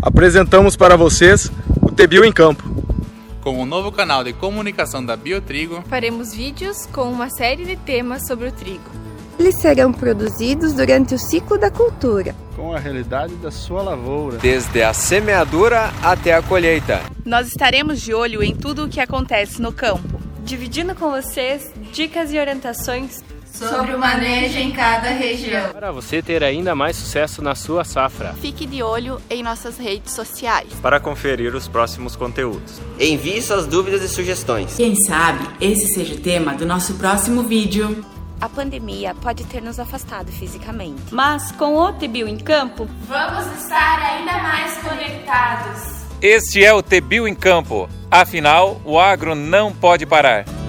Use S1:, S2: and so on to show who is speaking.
S1: Apresentamos para vocês o Tebio em Campo.
S2: Com o novo canal de comunicação da Biotrigo,
S3: Faremos vídeos com uma série de temas sobre o trigo.
S4: Eles serão produzidos durante o ciclo da cultura.
S5: com a realidade da sua lavoura.
S6: desde a semeadura até a colheita.
S7: Nós estaremos de olho em tudo o que acontece no campo.
S8: dividindo com vocês dicas e orientações
S3: Sobre o manejo em cada região.
S9: Para você ter ainda mais sucesso na sua safra.
S3: Fique de olho em nossas redes sociais.
S10: para conferir os próximos conteúdos.
S6: Envie suas dúvidas e sugestões.
S11: Quem sabe esse seja o tema do nosso próximo vídeo.
S8: A pandemia pode ter nos afastado fisicamente.
S7: Mas com o Tebio em campo,
S3: Vamos estar ainda mais conectados.
S12: Este é o Tebio em Campo. Afinal, o agro não pode parar.